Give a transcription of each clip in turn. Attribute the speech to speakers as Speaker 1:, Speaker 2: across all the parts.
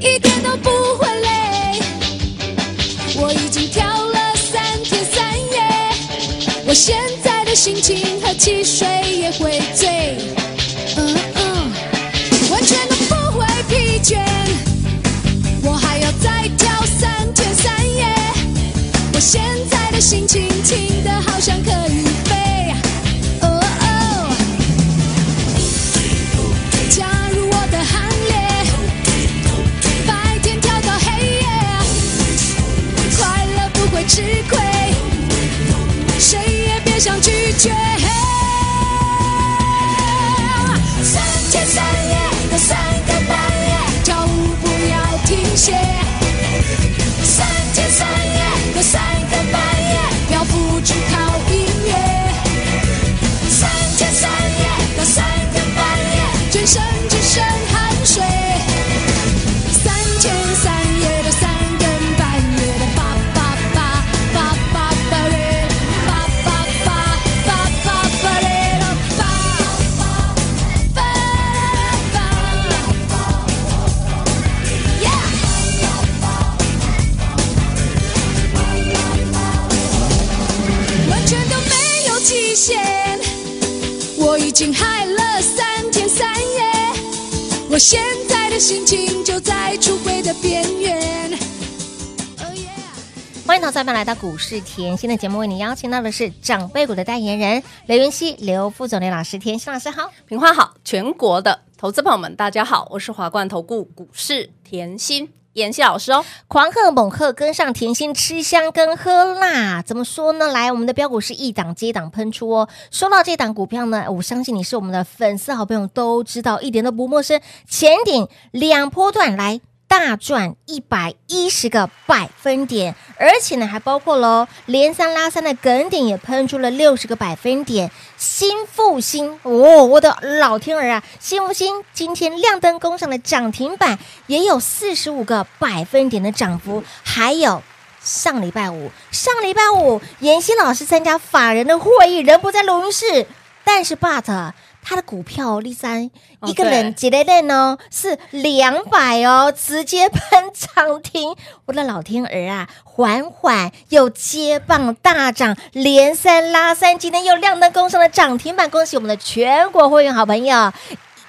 Speaker 1: 一点都不会累。我已经跳了三天三夜，我现在的心情喝汽水也会醉，嗯嗯，完全都不会疲倦。我还要再跳三天三夜，我现在的心情轻的好像可以飞，哦哦。加入我的行列。白天跳到黑夜，快乐不会吃亏，谁也别想拒绝。三天三夜到三更半夜，跳舞不要停歇。三天三夜到三更半夜，要付出靠音乐。三天三夜到三更半夜，全身只剩汗水。三天三夜到三更半夜的叭叭叭叭叭叭嘞，叭叭叭叭叭叭嘞，叭叭叭叭。呀！完全都没有极限，我已经嗨了三天三夜。我现在的心情就在出轨的边缘。Oh yeah.
Speaker 2: 欢迎投资者朋友们来到股市甜心的节目，为你邀请到的是长辈股的代言人刘云熙、刘副总、刘老师、甜心老师好。
Speaker 3: 平花好，全国的投资朋友们，大家好，我是华冠投顾股市甜心妍希老师哦。
Speaker 2: 狂贺猛贺，跟上甜心吃香跟喝辣，怎么说呢？来，我们的标股是一档接一档喷出哦。说到这档股票呢，我相信你是我们的粉丝好朋友都知道，一点都不陌生。前顶两波段来。大赚一百一十个百分点，而且呢还包括喽，连三拉三的梗顶也喷出了六十个百分点。新复兴哦，我的老天儿啊！新复兴今天亮灯攻上了涨停板，也有四十五个百分点的涨幅，还有。上礼拜五，上礼拜五，妍希老师参加法人的会议，人不在录音室，但是 but 他的股票立三、
Speaker 3: 哦
Speaker 2: 一个人几类类呢哦是两百哦，直接喷涨停，我的老天儿啊！缓缓又接棒大涨，连三拉三，今天又亮灯攻上了涨停板，恭喜我们的全国会员好朋友，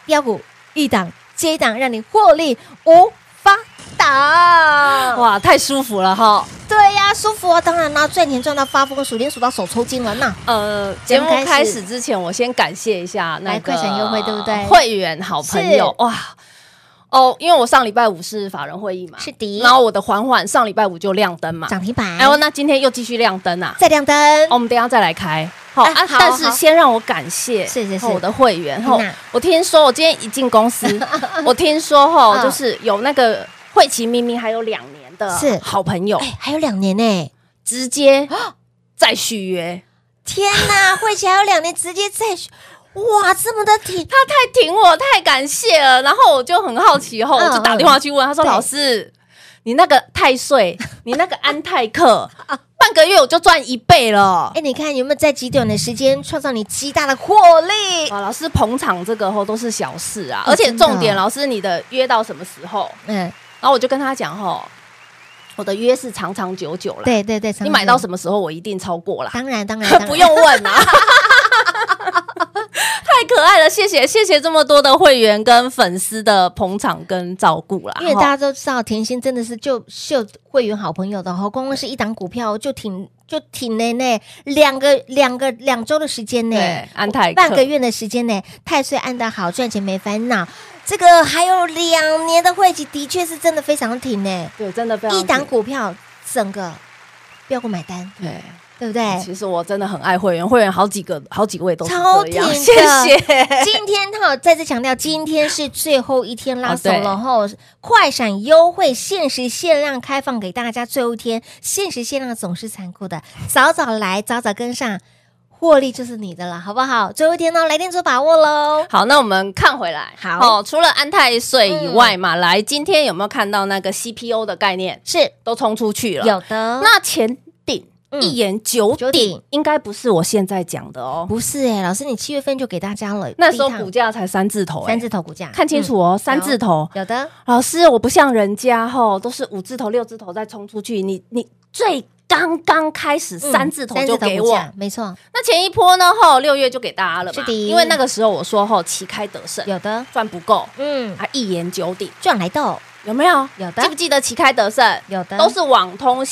Speaker 2: 标股一档接一档，让你获利无法挡。
Speaker 3: 哇，太舒服了哈。
Speaker 2: 对呀、舒服啊！当然啦，赚钱赚到发疯，数钱数到手抽筋了呐。
Speaker 3: 呃，节目
Speaker 2: 节目开
Speaker 3: 开
Speaker 2: 始
Speaker 3: 始之前，我先感谢一下那
Speaker 2: 来
Speaker 3: 个
Speaker 2: 快闪优惠对不对
Speaker 3: 会员好朋友哇。哦，因为我上礼拜五是法人会议嘛，
Speaker 2: 是的
Speaker 3: 然后我的缓缓上礼拜五就亮灯嘛，
Speaker 2: 涨停板，
Speaker 3: 哎呦，那今天又继续亮灯啊，
Speaker 2: 再亮灯，
Speaker 3: 哦我们等一下再来开。好
Speaker 2: 啊
Speaker 3: 啊，
Speaker 2: 好
Speaker 3: 但是
Speaker 2: 好
Speaker 3: 先让我感谢哦
Speaker 2: 是是是
Speaker 3: 我的会员吼
Speaker 2: 那，
Speaker 3: 我听说我今天一进公 司，我听说吼
Speaker 2: 嗯
Speaker 3: 就是有那个慧琪明明还有两年的
Speaker 2: 是
Speaker 3: 好朋友，
Speaker 2: 哎，还有两年呢、
Speaker 3: 直接再续约，
Speaker 2: 天哪，慧琪还有两年，直接再续哇，这么的挺，
Speaker 3: 他太挺我，太感谢了。然后我就很好奇吼，
Speaker 2: 嗯
Speaker 3: 我就打电话去问，他说
Speaker 2: 对
Speaker 3: 老师，你那个太岁，你那个安 泰克，半个月我就赚一倍了
Speaker 2: 哎、。你看有没有在极短的时间创造你极大的获利？
Speaker 3: 啊，老师捧场这个吼都是小事啊，
Speaker 2: 哦
Speaker 3: 而且
Speaker 2: 真的
Speaker 3: 重点，
Speaker 2: 哦
Speaker 3: 老师你的约到什么时候？
Speaker 2: 嗯，
Speaker 3: 然后我就跟他讲吼，我的约是长长久久啦，
Speaker 2: 对对对，
Speaker 3: 你买到
Speaker 2: 么？
Speaker 3: 什么时候我一定超过啦，
Speaker 2: 当然当然，当然
Speaker 3: 不用问啦。 太可爱了，谢谢谢谢这么多的会员跟粉丝的捧场跟照顾啦，
Speaker 2: 因为大
Speaker 3: 吼
Speaker 2: 家都知道，甜心真的是就秀会员好朋友的哦，光光是一档股票就挺就挺呢呢，两个两个两周的时间呢
Speaker 3: 对，安泰克
Speaker 2: 半个月的时间呢，太岁安得好，赚钱没烦恼。这个还有两年的会期，的确是真的非常挺呢。
Speaker 3: 对真的非常啊
Speaker 2: 一档
Speaker 3: 谢
Speaker 2: 股票整个标股买单，
Speaker 3: 对。
Speaker 2: 对不对？
Speaker 3: 其实我真的很爱会员，会员好几个、好几位都是
Speaker 2: 超
Speaker 3: 这
Speaker 2: 挺
Speaker 3: 样。
Speaker 2: 的，
Speaker 3: 谢谢。
Speaker 2: 今天哈，再次强调，今天是最后一天拉
Speaker 3: 哦
Speaker 2: 手了哈、快闪优惠限时限量开放给大家，最后一天限时限量总是残酷的，早早来，早早跟上，获利就是你的了，好不好？最后一天哦，来电做把握喽。
Speaker 3: 好，那我们看回来，
Speaker 2: 好
Speaker 3: 哦，除了安泰税以外嘛，来，今天有没有看到那个 CPU 的概念
Speaker 2: 是
Speaker 3: 都冲出去了？
Speaker 2: 有的，
Speaker 3: 那前顶
Speaker 2: 嗯
Speaker 3: 一言九
Speaker 2: 九鼎
Speaker 3: 鼎，应该不是我现在讲的哦，
Speaker 2: 不是哎、老师，你七月份就给大家了，
Speaker 3: 那时候
Speaker 2: 第一趟
Speaker 3: 股价才三字头，
Speaker 2: 三
Speaker 3: 哎，
Speaker 2: 字头股价，
Speaker 3: 看清楚哦，三字头
Speaker 2: 嗯，。有的
Speaker 3: 老师，我不像人家吼，都是五字头、六字头再冲出去，你你最刚刚开始
Speaker 2: 嗯
Speaker 3: 三字头就
Speaker 2: 股
Speaker 3: 给我，
Speaker 2: 价没错，
Speaker 3: 那前一波呢？吼，六月就给大家了嘛，
Speaker 2: 是的
Speaker 3: 因为那个时候我说吼，旗开得胜，
Speaker 2: 有的，
Speaker 3: 赚不够，
Speaker 2: 嗯，
Speaker 3: 啊，一言九鼎，
Speaker 2: 赚来到
Speaker 3: 有没有？
Speaker 2: 有
Speaker 3: 记不
Speaker 2: 的，
Speaker 3: 记得旗开得胜？
Speaker 2: 有的
Speaker 3: 都是网通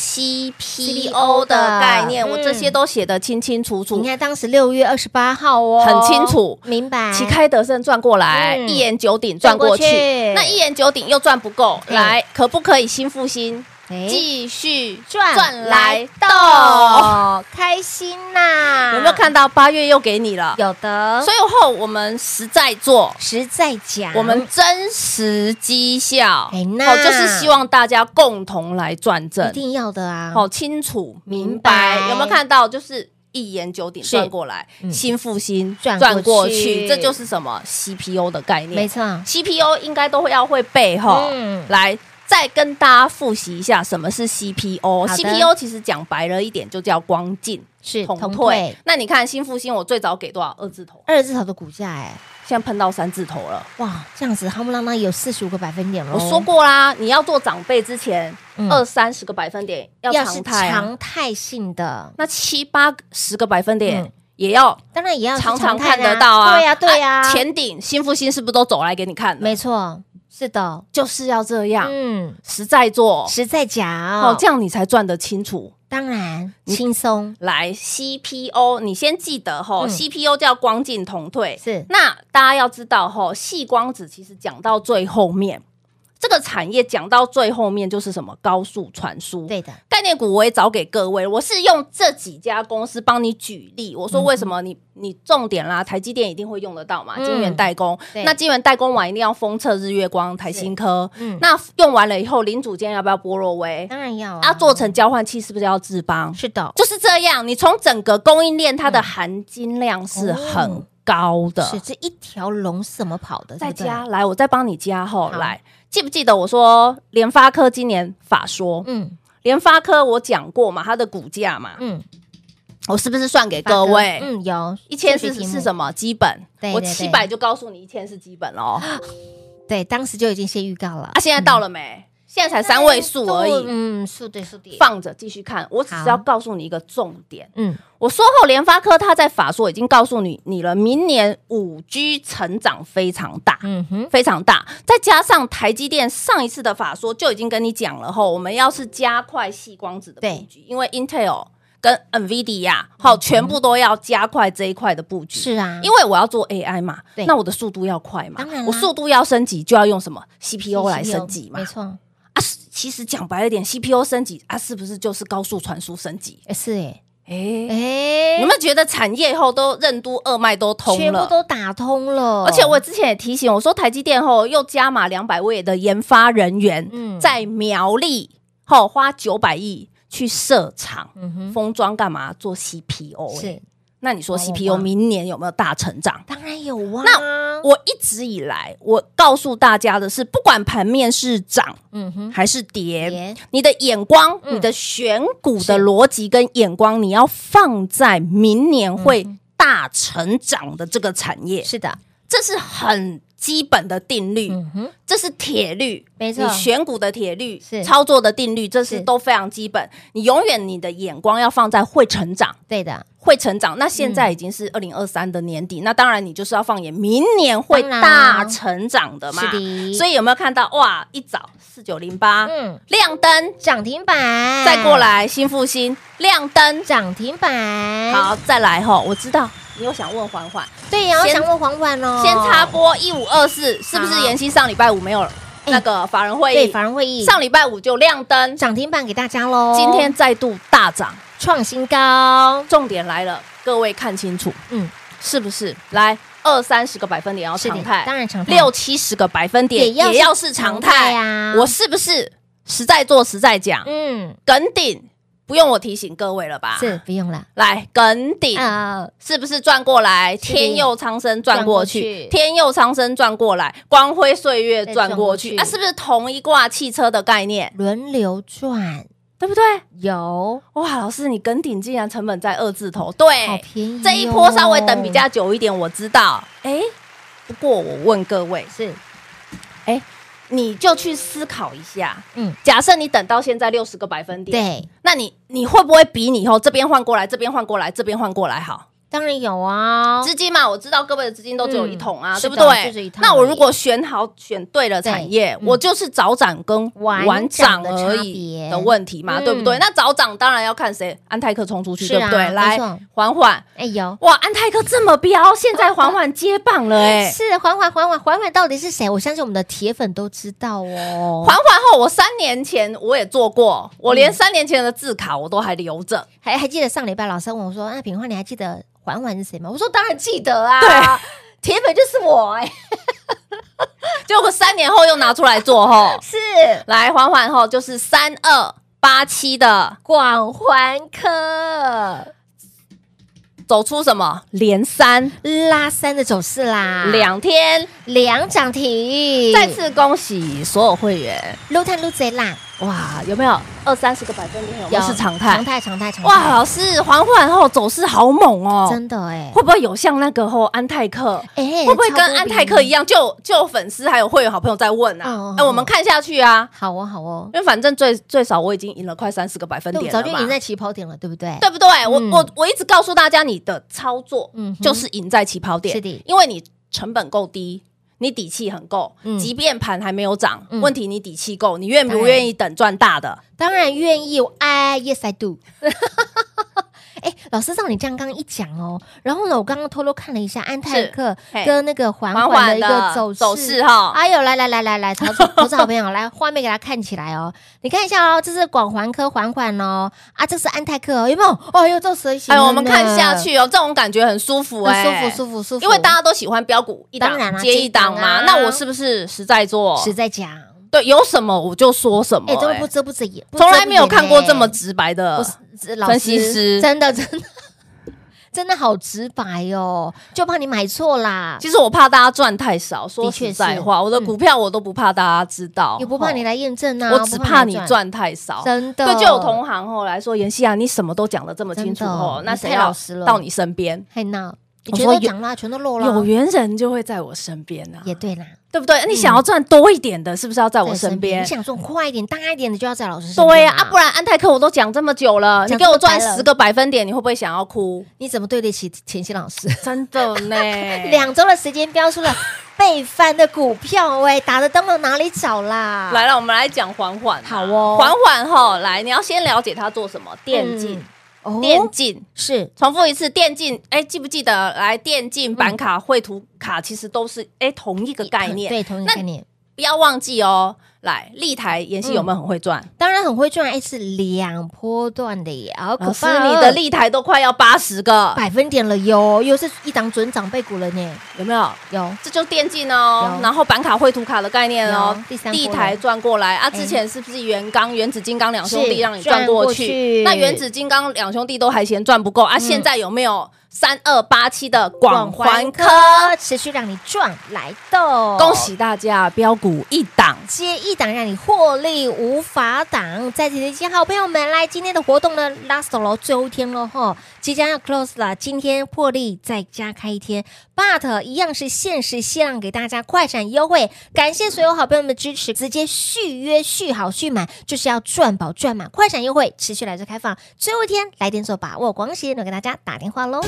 Speaker 3: CPO 的概念，
Speaker 2: 嗯
Speaker 3: 我这些都写得清清楚楚
Speaker 2: 你，看当时六月二十八号哦，
Speaker 3: 很清，楚。
Speaker 2: 明白，
Speaker 3: 旗开得胜赚过来，
Speaker 2: 嗯
Speaker 3: 一言九鼎赚过去
Speaker 2: 赚过去，
Speaker 3: 那一言九鼎又赚不够，
Speaker 2: 嗯
Speaker 3: 来可不可以新复兴
Speaker 2: 哎
Speaker 3: 继续
Speaker 2: 赚
Speaker 3: 赚来到？
Speaker 2: 到，开心呐！
Speaker 3: 有没有？看到八月又给你了？
Speaker 2: 有的，
Speaker 3: 所以后我们实在做，
Speaker 2: 实在讲，
Speaker 3: 我们真实绩效，
Speaker 2: 嗯哎那
Speaker 3: 就是希望大家共同来转
Speaker 2: 一
Speaker 3: 正，
Speaker 2: 定要的啊！
Speaker 3: 好、清楚明
Speaker 2: 明白
Speaker 3: 白，有没有看到？就是一言九鼎
Speaker 2: 是
Speaker 3: 转过来，
Speaker 2: 嗯
Speaker 3: 新复兴
Speaker 2: 转过去
Speaker 3: 这就是什么 CPU 的概
Speaker 2: 没
Speaker 3: 念
Speaker 2: 错，
Speaker 3: ，CPU 应该都会要会背哈、
Speaker 2: 嗯
Speaker 3: 来。再跟大家复习一下什么是 CPO。
Speaker 2: 好的
Speaker 3: CPO 其实讲白了一点，就叫光进
Speaker 2: 是
Speaker 3: 统
Speaker 2: 同
Speaker 3: 退
Speaker 2: 退。
Speaker 3: 那你看新复兴，我最早给多少二字头？
Speaker 2: 二字头的股价，哎，
Speaker 3: 现在碰到三字头了。
Speaker 2: 哇，这样子夯不啷当有四十五个百分点了。
Speaker 3: 我说过啦，你要做长辈之前，
Speaker 2: 哦嗯
Speaker 3: 二三十个百分点要
Speaker 2: 要是
Speaker 3: 常态、啊，
Speaker 2: 常态性的，
Speaker 3: 那七八十个百分
Speaker 2: 嗯
Speaker 3: 点也要
Speaker 2: 当然也要是
Speaker 3: 常常
Speaker 2: 态
Speaker 3: 看
Speaker 2: 的
Speaker 3: 得到啊。
Speaker 2: 对呀，对呀，
Speaker 3: 前顶新复兴是不是都走来给你看了？
Speaker 2: 没错，是的，
Speaker 3: 就是要这样，
Speaker 2: 嗯，啊
Speaker 3: 实在做
Speaker 2: 实在讲，
Speaker 3: 啊哦，这样你才赚得清楚。
Speaker 2: 当然轻松
Speaker 3: 来 CPO，你先记得吼、
Speaker 2: 嗯
Speaker 3: c p u 叫光进同退。
Speaker 2: 是
Speaker 3: 那大家要知道吼，细光子其实讲到最后面，这个产业讲到最后面就是什么高速传输。
Speaker 2: 对的，
Speaker 3: 概念股我也找给各位，我是用这几家公司帮你举例。我说为什么你、你重点啦，台积电一定会用得到嘛，
Speaker 2: 嗯
Speaker 3: 晶圆代工。
Speaker 2: 对
Speaker 3: 那晶圆代工完一定要封测日月光、台新科。
Speaker 2: 嗯
Speaker 3: 那用完了以后，零组件要不要波若威？
Speaker 2: 当然要啊
Speaker 3: 要啊做成交换器是不是要智邦？
Speaker 2: 是的，
Speaker 3: 就是这样，你从整个供应链它的含金量是很高的。
Speaker 2: 哦是这一条龙是怎么跑的？
Speaker 3: 再
Speaker 2: 对不对
Speaker 3: 加来，我再帮你加后
Speaker 2: 好
Speaker 3: 来，记不记得我说联发科今年法说？
Speaker 2: 嗯
Speaker 3: 联发科我讲过嘛，它的股价嘛，
Speaker 2: 嗯，
Speaker 3: 我是不是算给
Speaker 2: 八
Speaker 3: 各
Speaker 2: 个
Speaker 3: 位？
Speaker 2: 嗯，有
Speaker 3: 一千是是
Speaker 2: 么？
Speaker 3: 什么基本？
Speaker 2: 对
Speaker 3: 我
Speaker 2: 对
Speaker 3: 七
Speaker 2: 对嗯
Speaker 3: 百就告诉你一千是基本喽。啊，
Speaker 2: 对，当时就已经先预告了，
Speaker 3: 现在到了没？现在才三位数啊而已，
Speaker 2: 嗯，数嗯对数对，
Speaker 3: 放着继续看。我只
Speaker 2: 好
Speaker 3: 是要告诉你一个重点。
Speaker 2: 嗯，
Speaker 3: 我说后，联发科它在法说已经告诉你你了，明年五 G 成长非常大。
Speaker 2: 嗯哼，
Speaker 3: 非常大，再加上台积电上一次的法说就已经跟你讲了吼，我们要是加快细光子的布局，因为 Intel 跟 NVIDIA 好、全部都要加快这一块的布
Speaker 2: 嗯
Speaker 3: 局。
Speaker 2: 是啊，
Speaker 3: 因为我要做 AI 嘛
Speaker 2: 对，
Speaker 3: 那我的速度要快嘛
Speaker 2: 当然啦，啊
Speaker 3: 我速度要升级就要用什么 CPU 来
Speaker 2: CPU
Speaker 3: 升级嘛
Speaker 2: 没。错，
Speaker 3: 啊，是其实讲白了点，CPU 升级啊，是不是就是高速传输升级？
Speaker 2: 哎是哎
Speaker 3: 哎、
Speaker 2: 哎
Speaker 3: 有没有觉得产业后都任督二脉都通了？
Speaker 2: 全部都打通了，
Speaker 3: 而且我之前也提醒，我说台积电后又加码两百位的研发人员，
Speaker 2: 嗯
Speaker 3: 在苗栗后花九百亿去设厂、
Speaker 2: 嗯哼
Speaker 3: 封装，干嘛做 CPO？、欸、
Speaker 2: 是
Speaker 3: 那你说
Speaker 2: 哇哇
Speaker 3: CPO
Speaker 2: 哇
Speaker 3: 明年有没有大成长？
Speaker 2: 当然有啊，
Speaker 3: 那我一直以来我告诉大家的是，不管盘面是涨
Speaker 2: 嗯哼，
Speaker 3: 还是跌，
Speaker 2: 别
Speaker 3: 你的眼光、
Speaker 2: 嗯
Speaker 3: 你的选股的逻辑跟眼光，你要放在明年会大成长的这个产业。
Speaker 2: 嗯是的，
Speaker 3: 这是很基本的定律，
Speaker 2: 嗯哼，
Speaker 3: 这是铁律，
Speaker 2: 没错
Speaker 3: 你选股的铁律
Speaker 2: 是
Speaker 3: 操作的定律，这是
Speaker 2: 是
Speaker 3: 都非常基本。你永远你的眼光要放在会成长。
Speaker 2: 对的，
Speaker 3: 会成长，那现
Speaker 2: 嗯
Speaker 3: 在已经是二零二三的年底，那当然你就是要放眼明年会
Speaker 2: 当然
Speaker 3: 大成长的嘛。
Speaker 2: 是的
Speaker 3: 所以有没有看到哇？一早四九零八
Speaker 2: 嗯，
Speaker 3: 亮灯，
Speaker 2: 涨停板，
Speaker 3: 啊再过来新复兴亮灯，
Speaker 2: 涨停板，，
Speaker 3: 好再来吼，我知道你又想问环环，
Speaker 2: 对呀，
Speaker 3: 先
Speaker 2: 想问黄婉哦，
Speaker 3: 先插播一五二四，是不
Speaker 2: 好
Speaker 3: 是妍希上礼拜五没有那个法人会
Speaker 2: 对
Speaker 3: 议
Speaker 2: 法？人会议哦
Speaker 3: 上礼拜五就亮灯，
Speaker 2: 涨停板给大家喽，
Speaker 3: 今天再度大涨，
Speaker 2: 创新高，
Speaker 3: 重点来了，各位看清楚，
Speaker 2: 嗯，
Speaker 3: 是不是？来二三十个百分点要
Speaker 2: 是的
Speaker 3: 常态，
Speaker 2: 当然常态
Speaker 3: 六七十个百分点
Speaker 2: 也要是
Speaker 3: 是
Speaker 2: 常
Speaker 3: 常
Speaker 2: 态
Speaker 3: 态
Speaker 2: 啊
Speaker 3: 我是不是实在做实在讲？
Speaker 2: 嗯，
Speaker 3: 梗顶不用我提醒各位了吧？
Speaker 2: 是，不用了
Speaker 3: 来梗顶。
Speaker 2: 啊，
Speaker 3: 是不是转过来？
Speaker 2: 是的
Speaker 3: 天佑苍生转
Speaker 2: 转
Speaker 3: 过
Speaker 2: 过去
Speaker 3: 去，天佑苍生转过来，光辉岁月转过去，
Speaker 2: 再转过去
Speaker 3: 啊，是不是同一挂汽车的概念？
Speaker 2: 轮流转
Speaker 3: 对不对？
Speaker 2: 有，
Speaker 3: 哇，老师，你梗顶竟然成本在二字头，
Speaker 2: 好
Speaker 3: 对，
Speaker 2: 便宜哦，
Speaker 3: 哎这一波稍微等比较久一点，我知道。哎，不过我问各位，
Speaker 2: 是，
Speaker 3: 你就去思考一下，
Speaker 2: 嗯，
Speaker 3: 假设你等到现在六十个百分点，，
Speaker 2: 对，
Speaker 3: 那你你会不会比你以后这边换过来，这边换过来，这边换过来好？
Speaker 2: 当然有啊，
Speaker 3: 资金嘛，我知道各位的资金都只有一桶啊，
Speaker 2: 嗯
Speaker 3: 对不
Speaker 2: 是的就这一
Speaker 3: 对
Speaker 2: 桶？
Speaker 3: 那我如果选好选对了产业，
Speaker 2: 对嗯
Speaker 3: 我就是早涨跟晚涨而已
Speaker 2: 完涨的差别
Speaker 3: 的问题嘛，
Speaker 2: 嗯
Speaker 3: 对不对？那早涨当然要看谁，安泰克冲出去，
Speaker 2: 是
Speaker 3: 对
Speaker 2: 啊
Speaker 3: 不对？
Speaker 2: 没
Speaker 3: 来
Speaker 2: 错
Speaker 3: 缓缓，
Speaker 2: 哎有。
Speaker 3: 哇，安泰克这么飙，现在缓缓接棒了哎、
Speaker 2: 是缓缓缓缓缓缓到底是谁？我相信我们的铁粉都知道哦。
Speaker 3: 缓缓后，我三年前我也做过，我连三年前的字卡我都还留着。
Speaker 2: 还还记得上礼拜老师问我说：“那平花，你还记得缓缓是谁吗？”我说：“当然记得 啊，
Speaker 3: 对，
Speaker 2: 铁粉就是我、哎，，
Speaker 3: 结果三年后又拿出来做吼
Speaker 2: 是
Speaker 3: 来缓缓后就是三二八七的
Speaker 2: 广环科
Speaker 3: 走出什么连三
Speaker 2: 拉三的走势啦，
Speaker 3: 两天，
Speaker 2: 两涨停，
Speaker 3: 再次恭喜所有会员，
Speaker 2: 撸探撸贼啦，
Speaker 3: 哇，有没有二三十个百分点？有没有是常
Speaker 2: 常
Speaker 3: 态？
Speaker 2: 态常态常态，
Speaker 3: 哇，老师缓缓后走势好猛哦，
Speaker 2: 真的哎、
Speaker 3: 会不会有像那个后安泰克？
Speaker 2: 哎、
Speaker 3: 会不会跟安泰克一
Speaker 2: 样？
Speaker 3: 样？就有就有粉丝还有会员好朋友在问
Speaker 2: 哦
Speaker 3: 啊，
Speaker 2: 哦
Speaker 3: 哎，我们看下去啊，
Speaker 2: 好哦好哦，
Speaker 3: 因为反正最最少我已经赢了快三十个百分
Speaker 2: 那我
Speaker 3: 点
Speaker 2: 早
Speaker 3: 了
Speaker 2: 就
Speaker 3: 嘛
Speaker 2: 赢在起跑点了，对不对？
Speaker 3: 对不对？我
Speaker 2: 嗯
Speaker 3: 我我一直告诉大家，你的操作
Speaker 2: 嗯哼
Speaker 3: 就是赢在起跑点，
Speaker 2: 是的
Speaker 3: 因为你成本够低。你底气很够，
Speaker 2: 嗯
Speaker 3: 即便盘还没有涨，
Speaker 2: 嗯
Speaker 3: 问题你底气够，你愿
Speaker 2: 当
Speaker 3: 不
Speaker 2: 然
Speaker 3: 愿意等赚大的？
Speaker 2: 当然愿意，I yes I do。哎，老师，照你这样刚刚一讲哦，然后呢，我刚刚偷偷看了一下安泰克
Speaker 3: 嘿
Speaker 2: 跟那个缓
Speaker 3: 缓
Speaker 2: 嗯缓的一
Speaker 3: 缓
Speaker 2: 个
Speaker 3: 的
Speaker 2: 走势，
Speaker 3: 走势哈
Speaker 2: 哎呦，来来来来来，投资投资好朋友，哦来画面给他看起来哦，你看一下哦，这是广环科缓缓哦，啊，这是安泰克哦，有没有？哦呦，这蛇形，
Speaker 3: 哎呦，我们看下，去哦，这种感觉很舒服哎、
Speaker 2: 很舒服舒
Speaker 3: 服。
Speaker 2: 服舒服，
Speaker 3: 因为大家都喜欢标股一档
Speaker 2: 当然啊
Speaker 3: 接一档
Speaker 2: 接一档啊
Speaker 3: 嘛，那我是不是实在做？
Speaker 2: 实在讲，
Speaker 3: 对，有什么我就说什么、
Speaker 2: 哎，真的
Speaker 3: 哎
Speaker 2: 不遮不遮掩，不遮
Speaker 3: 从
Speaker 2: 不
Speaker 3: 来没有
Speaker 2: 掩
Speaker 3: 看过
Speaker 2: 哎
Speaker 3: 这么直白的
Speaker 2: 不是老
Speaker 3: 呃分析师
Speaker 2: 真的真的 真的好直白哦，就怕你买错啦，
Speaker 3: 其实我怕大家赚太少，
Speaker 2: 的
Speaker 3: 说
Speaker 2: 确
Speaker 3: 实
Speaker 2: 是嗯
Speaker 3: 在话，我的股票我都不怕大家知道，
Speaker 2: 也不怕
Speaker 3: 吼
Speaker 2: 你来验证啊，
Speaker 3: 哦我只
Speaker 2: 不
Speaker 3: 怕你
Speaker 2: 赚，
Speaker 3: 赚太少。
Speaker 2: 真的，
Speaker 3: 对，就有同行后来说，妍希啊，你什么都讲的这么清楚
Speaker 2: 真的
Speaker 3: 哦，那
Speaker 2: 你
Speaker 3: 谁
Speaker 2: 太
Speaker 3: 要
Speaker 2: 老实了
Speaker 3: 到你身边，
Speaker 2: 嘿那，
Speaker 3: 我
Speaker 2: 全都
Speaker 3: 说有
Speaker 2: 讲啦，全都漏
Speaker 3: 有
Speaker 2: 了，
Speaker 3: 缘人就会在我身边啊，
Speaker 2: 也对啦，
Speaker 3: 对不对？你想要赚多一点的，是不是要在我
Speaker 2: 在
Speaker 3: 身边
Speaker 2: 嗯你？想赚快一点、大一点的，就要在老师身边
Speaker 3: 对呀，啊，不然安泰克我都讲这么久了，你
Speaker 2: 讲
Speaker 3: 给我
Speaker 2: 这
Speaker 3: 赚
Speaker 2: 么白了
Speaker 3: 十个百分点，你会不会想要 哭？
Speaker 2: 你怎么对得起田心老 师？，
Speaker 3: 真的呢
Speaker 2: 两周的时间标出了被翻的股票，喂，打的灯笼哪里找啦？
Speaker 3: 来了，我们来讲缓缓啊，
Speaker 2: 好哦
Speaker 3: 缓缓哈，来，你要先了解它做什么，电竞
Speaker 2: 嗯，哦
Speaker 3: 电竞。
Speaker 2: 是
Speaker 3: 重复一次，电竞，哎，记不记得？来，电竞板卡、绘图卡其实都是哎同一个概念，
Speaker 2: 嗯对，同一个
Speaker 3: 那
Speaker 2: 概念。
Speaker 3: 不要忘记哦。来，立台妍希有没有很会赚？
Speaker 2: 当然很会赚，哎，是两波段的耶，好嗯可
Speaker 3: 老师
Speaker 2: 怕、，
Speaker 3: 啊你的立台都快要八十个，
Speaker 2: 啊百分点了哟，又是一档准长辈股了呢，
Speaker 3: 有没有？
Speaker 2: 有
Speaker 3: 这就是电竞哦
Speaker 2: 有，
Speaker 3: 然后板卡、绘图卡的概念哦
Speaker 2: 有，第三波了
Speaker 3: 立台转过来啊！
Speaker 2: 哎
Speaker 3: 之前是不是元刚、原子金刚两兄
Speaker 2: 是
Speaker 3: 弟让你转
Speaker 2: 转过
Speaker 3: 过
Speaker 2: 去嗯
Speaker 3: 去？那原子金刚两兄弟都还嫌赚不够啊！现在有没有三二八七的广环科？
Speaker 2: 持续让你赚来的，
Speaker 3: 恭喜大家，标股一档
Speaker 2: 接一档让你获利无法挡，再提醒好朋友们来今天的活动呢，last 喽，最后一天喽哈，即将要 close 了，今天破例再加开一天，but 一样是限时限量给大家快闪优惠，感谢所有好朋友们的支持，直接续约续好续满，就是要赚饱赚满，快闪优惠持续来做开放，最后一天来点做把握，广喜留给大家打电话喽。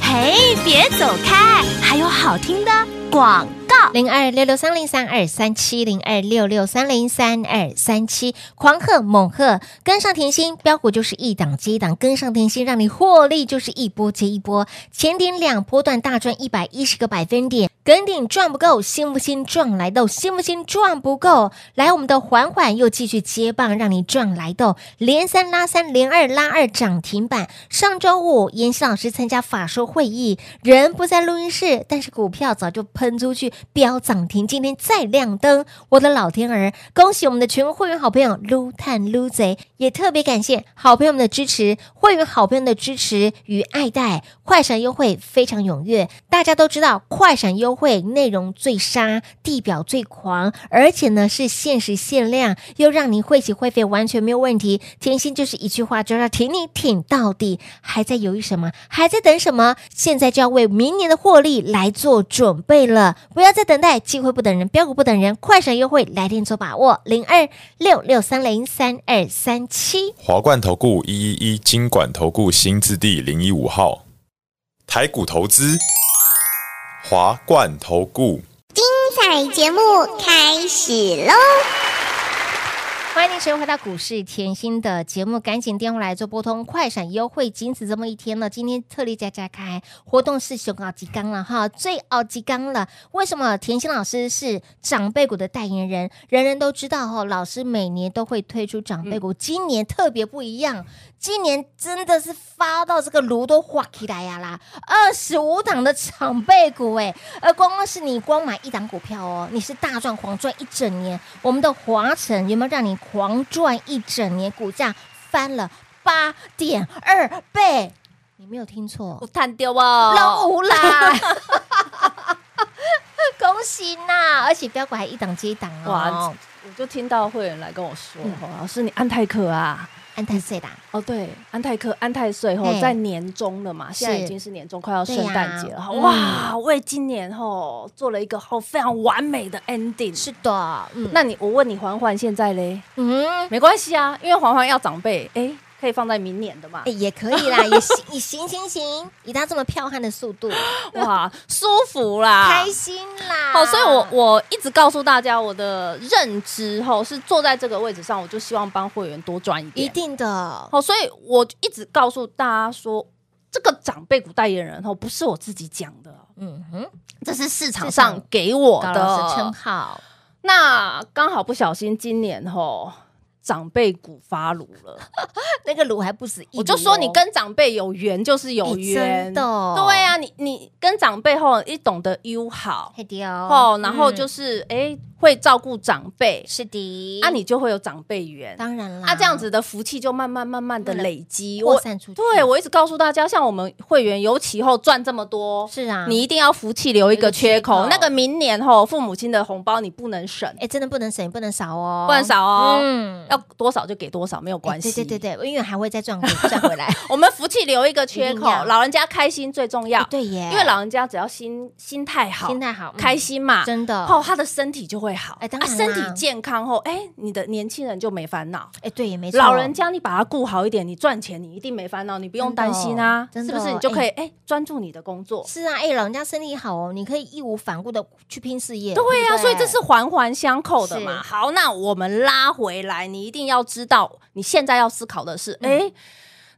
Speaker 4: 嘿，别走开，还有好听的广告。
Speaker 2: 零二六六三零三二三七零二六六三零三二三七，狂贺猛贺，跟上甜心标股就是一档接一档，跟上甜心让你获利就是一波接一波，前顶两波段大赚一百一十个百分点。跟顶赚不够，心不心赚来豆，心不心赚不够。来，我们的缓缓又继续接棒，让你赚来豆，连三拉三，连二拉二，涨停板。上周五，妍希老师参加法说会议，人不在录音室，但是股票早就喷出去，飙涨停，今天再亮灯，我的老天儿！恭喜我们的全国会员好朋友撸探撸贼，也特别感谢好朋友们的支持，会员好朋友们的支持与爱戴，快闪优惠非常踊跃。大家都知道，快闪优惠内容最杀，地表最狂，而且呢是限时限量，又让你汇起会费完全没有问题。甜心就是一句话，就要挺你挺到底，还在犹豫什么？还在等什么？现在就要为明年的获利来做准备了，不要再等待，机会不等人，标股不等人，快闪优惠来电做把握，零二六六三零三二三七。
Speaker 5: 华冠投顾一一一金管投顾新字第零一五号，台股投资，华冠投顾。
Speaker 6: 彩节目开始喽！
Speaker 2: 欢迎您持续回到股市甜心的节目，赶紧电话来做拨通快闪优惠，仅此这么一天了。今天特例加加开活动是熊奥吉刚了哈，最奥吉刚了。为什么甜心老师是长辈股的代言人？人人都知道哈，老师每年都会推出长辈股，今年特别不一样，今年真的是发到这个炉都化起来呀啦！二十五档的长辈股哎、而光光是你光买一档股票哦，你是大赚狂赚一整年。我们的华晨有没有让你狂赚一整年？股价翻了八点二倍，你没有听
Speaker 3: 我
Speaker 2: 错，
Speaker 3: 探丢啊，
Speaker 2: 老五 啦！恭喜呐！而且标股还一档接一档
Speaker 3: 哇
Speaker 2: 哦，！嗯
Speaker 3: 我就听到会员来跟我说，吼老师你安泰克啊，
Speaker 2: 安泰岁啦，
Speaker 3: 哦对，安泰克安泰税吼
Speaker 2: 对
Speaker 3: 在年终了嘛，现在
Speaker 2: 是
Speaker 3: 已经是年终，快要圣诞节了，吼
Speaker 2: 对呀啊嗯
Speaker 3: 哇！为今年吼做了一个吼非常完美的 ending。
Speaker 2: 是的，嗯，
Speaker 3: 那你我问你，环环现在嘞？
Speaker 2: 嗯。
Speaker 3: 没关系啊，因为环环要长辈，哎，可以放在明年的嘛
Speaker 2: 哎。也可 以啦，也行，也行行行，以他这么彪悍的速度，
Speaker 3: 哇，舒服啦，
Speaker 2: 开心啊啦！
Speaker 3: 啊好，所以我我一直告诉大家，我的认知吼是坐在这个位置上，我就希望帮会员多赚一
Speaker 2: 一
Speaker 3: 点。
Speaker 2: 定的，
Speaker 3: 好，所以我一直告诉大家说，这个长辈股代言人吼不是我自己讲的哦，
Speaker 2: 嗯哼，
Speaker 3: 这是市场
Speaker 2: 市场
Speaker 3: 上给我
Speaker 2: 高老师称
Speaker 3: 的。
Speaker 2: 号，
Speaker 3: 那刚好不小心今年吼长辈股发炉了，
Speaker 2: 哎那个卤还不止一炉哦，
Speaker 3: 我就说你跟长辈有缘就是有
Speaker 2: 哎
Speaker 3: 缘
Speaker 2: 真的哦
Speaker 3: 对啊，你你跟长辈吼一懂得友好
Speaker 2: 黑迪
Speaker 3: 哦，然后就是哎会照顾长辈，
Speaker 2: 嗯是的，
Speaker 3: 啊，你就会有长辈缘。
Speaker 2: 当然啦，
Speaker 3: 啊，这样子的福气就慢慢慢慢的累积。
Speaker 2: 扩
Speaker 3: 我
Speaker 2: 散出去，
Speaker 3: 对我一直告诉大家，像我们会员，尤其后赚这么多，
Speaker 2: 是啊，
Speaker 3: 你一定要福气留一个缺
Speaker 2: 留一
Speaker 3: 口。
Speaker 2: 个缺口
Speaker 3: 那个明年后父母亲的红包你不能省，
Speaker 2: 哎，真的不能省，不能少哦，
Speaker 3: 不能少哦，
Speaker 2: 嗯，
Speaker 3: 要多少就给多少，没有
Speaker 2: 哎
Speaker 3: 关系。
Speaker 2: 对对对对，因为还会再 赚回赚回来，
Speaker 3: 我们福气留一个缺
Speaker 2: 一
Speaker 3: 口
Speaker 2: 定要，
Speaker 3: 老人家开心最重要
Speaker 2: 哎。对耶，
Speaker 3: 因为老人家只要心心态好，
Speaker 2: 心态好，嗯
Speaker 3: 开心啊嘛，
Speaker 2: 真的
Speaker 3: 后他的身体就会好。
Speaker 2: 哎当
Speaker 3: 啊
Speaker 2: 然
Speaker 3: 身体
Speaker 2: 啦
Speaker 3: 健康后，哎，你的年轻人就没烦恼。
Speaker 2: 哎，对也没错，
Speaker 3: 老人家你把他顾好一点，你赚钱你一定没烦恼，你不用担心啊，
Speaker 2: 真
Speaker 3: 是
Speaker 2: 的
Speaker 3: 不是？你就可以哎专、注你的工作。
Speaker 2: 是啊，哎，老人家身体好哦，你可以义无反顾的去拼事业，
Speaker 3: 对呀、
Speaker 2: 不
Speaker 3: 所以这是环环相扣的嘛。
Speaker 2: 是
Speaker 3: 好，那我们拉回来，你一定要知道，你现在要思考的是，哎、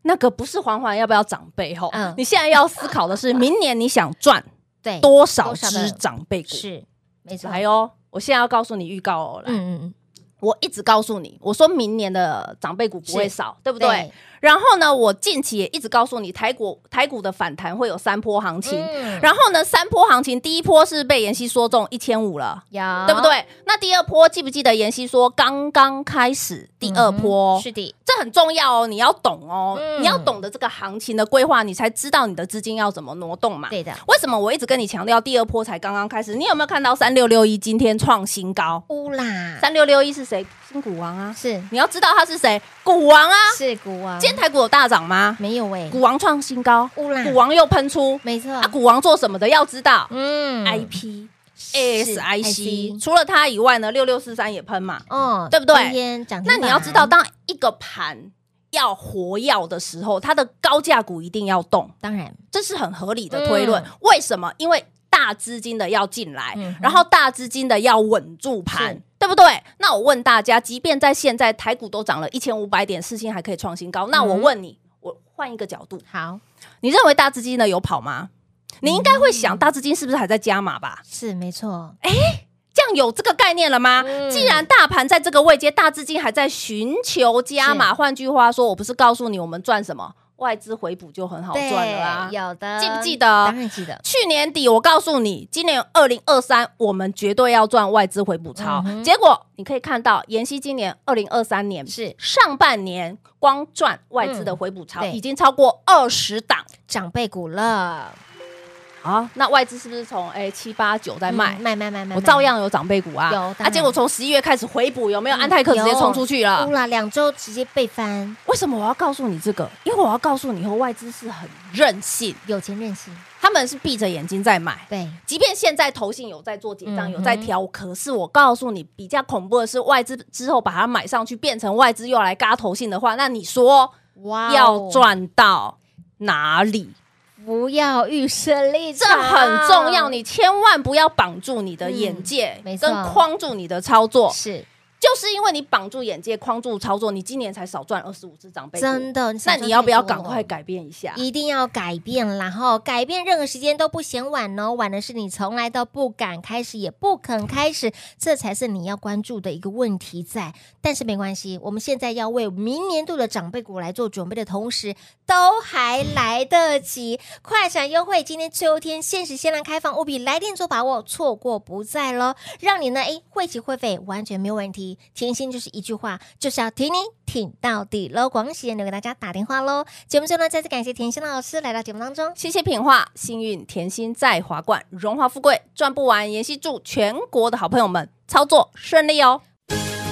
Speaker 3: 那个不是环环要不要长辈吼，
Speaker 2: 嗯
Speaker 3: 你现在要思考 的是，明年你想赚
Speaker 2: 对
Speaker 3: 多少
Speaker 2: 多少的
Speaker 3: 只长辈股？
Speaker 2: 是没错，
Speaker 3: 来哦，我现在要告诉你预告哦，来，
Speaker 2: 嗯嗯嗯，
Speaker 3: 我一直告诉你，我说明年的长辈股不会
Speaker 2: 是
Speaker 3: 少，对不对？然后呢，我近期也一直告诉你，台股台股的反弹会有三波行情。
Speaker 2: 嗯，
Speaker 3: 然后呢，三波行情，第一波是被妍希说中一千五了，
Speaker 2: 有
Speaker 3: 对不？对？那第二波记不记得妍希说刚刚开始，第二波、
Speaker 2: 嗯是的，
Speaker 3: 这很重要哦，你要懂哦，
Speaker 2: 嗯
Speaker 3: 你要懂得这个行情的规划，你才知道你的资金要怎么挪动嘛。
Speaker 2: 对的，
Speaker 3: 为什么我一直跟你强调第二波才刚刚开始？你有没有看到三六六一今天创新高？
Speaker 2: 乌啦，
Speaker 3: 三六六一是谁？新股王啊！
Speaker 2: 是
Speaker 3: 你要知道他是谁，股王啊！
Speaker 2: 是股王，
Speaker 3: 今天台股有大涨吗？
Speaker 2: 没有哎，
Speaker 3: 股王创新高，
Speaker 2: 乌啦，
Speaker 3: 股王又喷出。
Speaker 2: 没错，
Speaker 3: 啊，股王做什么的？要知道
Speaker 2: 嗯
Speaker 3: IP、
Speaker 2: 是
Speaker 3: ASIC，除了它以外呢，六六四三也喷嘛。
Speaker 2: 哦，
Speaker 3: 对不对
Speaker 2: 今天涨停
Speaker 3: 那
Speaker 2: 板
Speaker 3: 你要知道，，当一个盘要活跃的时候，它的高价股一定要动，
Speaker 2: 当然
Speaker 3: 这是很合理的推论。
Speaker 2: 嗯
Speaker 3: 为什么？因为大资金的要进来，
Speaker 2: 嗯哼
Speaker 3: 然后大资金的要稳住盘
Speaker 2: 是。
Speaker 3: 对不对？那我问大家，即便在现在台股都涨了一千五百点，四星还
Speaker 2: 嗯
Speaker 3: 可以创新高，那我问你，我换一个角度，
Speaker 2: 好，
Speaker 3: 你认为大资金的有跑吗？你应该会
Speaker 2: 嗯
Speaker 3: 想，大资金是不是还在加码吧？
Speaker 2: 是没错，
Speaker 3: 这样有这个概念了吗？
Speaker 2: 嗯
Speaker 3: 既然大盘在这个位阶，大资金还在寻求加码，
Speaker 2: 是
Speaker 3: 换句话说，我不是告诉你我们赚什么，外资回补就很好赚了啊
Speaker 2: 对。有的，
Speaker 3: 记不记得
Speaker 2: 当然记得，
Speaker 3: 去年底我告诉你，今年二零二三我们绝对要赚外资回补
Speaker 2: 嗯
Speaker 3: 超。结果你可以看到，妍希今年二零二三年
Speaker 2: 是嗯
Speaker 3: 上半年光赚外资的回补超、
Speaker 2: 对
Speaker 3: 已经超过二十档
Speaker 2: 长辈股了，
Speaker 3: 啊！那外资是不是从哎七八九在卖？
Speaker 2: 嗯卖卖卖卖，
Speaker 3: 我照样有长辈股啊，
Speaker 2: 有当
Speaker 3: 啊！
Speaker 2: 然
Speaker 3: 结果从十一月开始回补，有没有？
Speaker 2: 嗯
Speaker 3: 安泰克直接
Speaker 2: 有
Speaker 3: 冲出去了
Speaker 2: 哭。了，两周直接被翻，
Speaker 3: 为什么我要告诉你这个？因为我要告诉你，以后外资是很任性，
Speaker 2: 有钱任性，
Speaker 3: 他们是闭着眼睛在买。
Speaker 2: 对，
Speaker 3: 即便现在投信有在做结账，
Speaker 2: 嗯哼
Speaker 3: 有在调，可是我告诉你，比较恐怖的是外资之后把它买上去，变成外资又来嘎投信的话，那你说
Speaker 2: 哇哦
Speaker 3: 要赚到哪里？
Speaker 2: 不要预设立
Speaker 3: 这
Speaker 2: 场，
Speaker 3: 很重要，你千万不要绑住你的眼界
Speaker 2: 嗯，没错
Speaker 3: 跟框住你的操作。
Speaker 2: 是
Speaker 3: 就是因为你绑住眼界、框住操作，你今年才少赚二十五只长辈股。
Speaker 2: 真的，
Speaker 3: 那
Speaker 2: 想
Speaker 3: 你
Speaker 2: 象
Speaker 3: 要不要
Speaker 2: 太多
Speaker 3: 赶
Speaker 2: 了
Speaker 3: 快？改变一下？
Speaker 2: 一定要改变，然后改变任何时间都不嫌晚哦。晚的是你从来都不敢开始，也不肯开始，这才是你要关注的一个问题在。但是没关系，我们现在要为明年度的长辈股来做准备的同时，都还来得及。快闪优惠今天最后一天，限时限量开放，务必来电做把握，错过不再喽。让你呢，诶，会籍会费完全没有问题。甜心就是一句话，就是要挺你挺到底喽。广喜留给大家打电话喽。节目最后呢，再次感谢甜心老师来到节目当中。
Speaker 3: 谢谢品画，幸运甜心在华冠，荣华富贵赚不完。妍希祝全国的好朋友们操作顺利哦。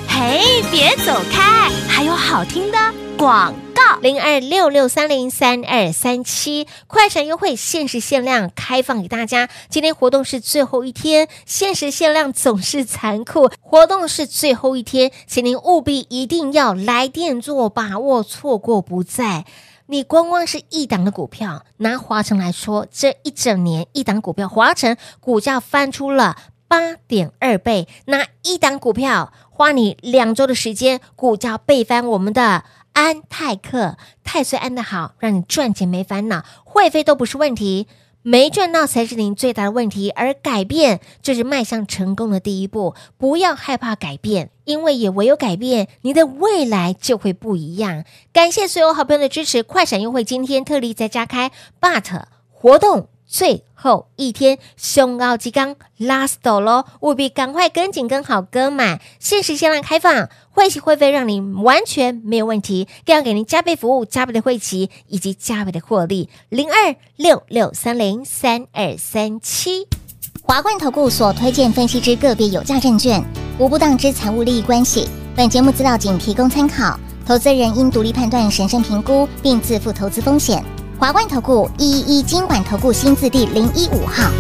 Speaker 4: 嘿，别走开，还有好听的广告。
Speaker 2: 零二六六三零三二三七，快闪优惠限时限量开放给大家。今天活动是最后一天，限时限量总是残酷，活动是最后一天，请您务必一定要来电做把握，错过不再。你光光是一档的股票，拿华晨来说，这一整年一档股票，华晨股价翻出了八点二倍，拿一档股票花你两周的时间，股价倍翻我们的安泰克，太岁安的好，让你赚钱没烦恼，会费都不是问题。没赚到才是您最大的问题，而改变就是迈向成功的第一步。不要害怕改变，因为也唯有改变，你的未来就会不一样。感谢所有好朋友的支持，快闪优惠今天特例再加开，but 活动最后一天，胸奥鸡刚 last 喽，务必赶快跟紧跟好跟满，限时限量开放，会期会费让你完全没有问题，更要给您加倍服务、加倍的会期以及加倍的获利，零二六六三零三二三七。
Speaker 6: 华冠投顾所推荐分析之个别有价证券，无不当之财务利益关系。本节目资料仅提供参考，投资人应独立判断、审慎评估，并自负投资风险。华冠投顾一一一金管投顾新字第零一五号。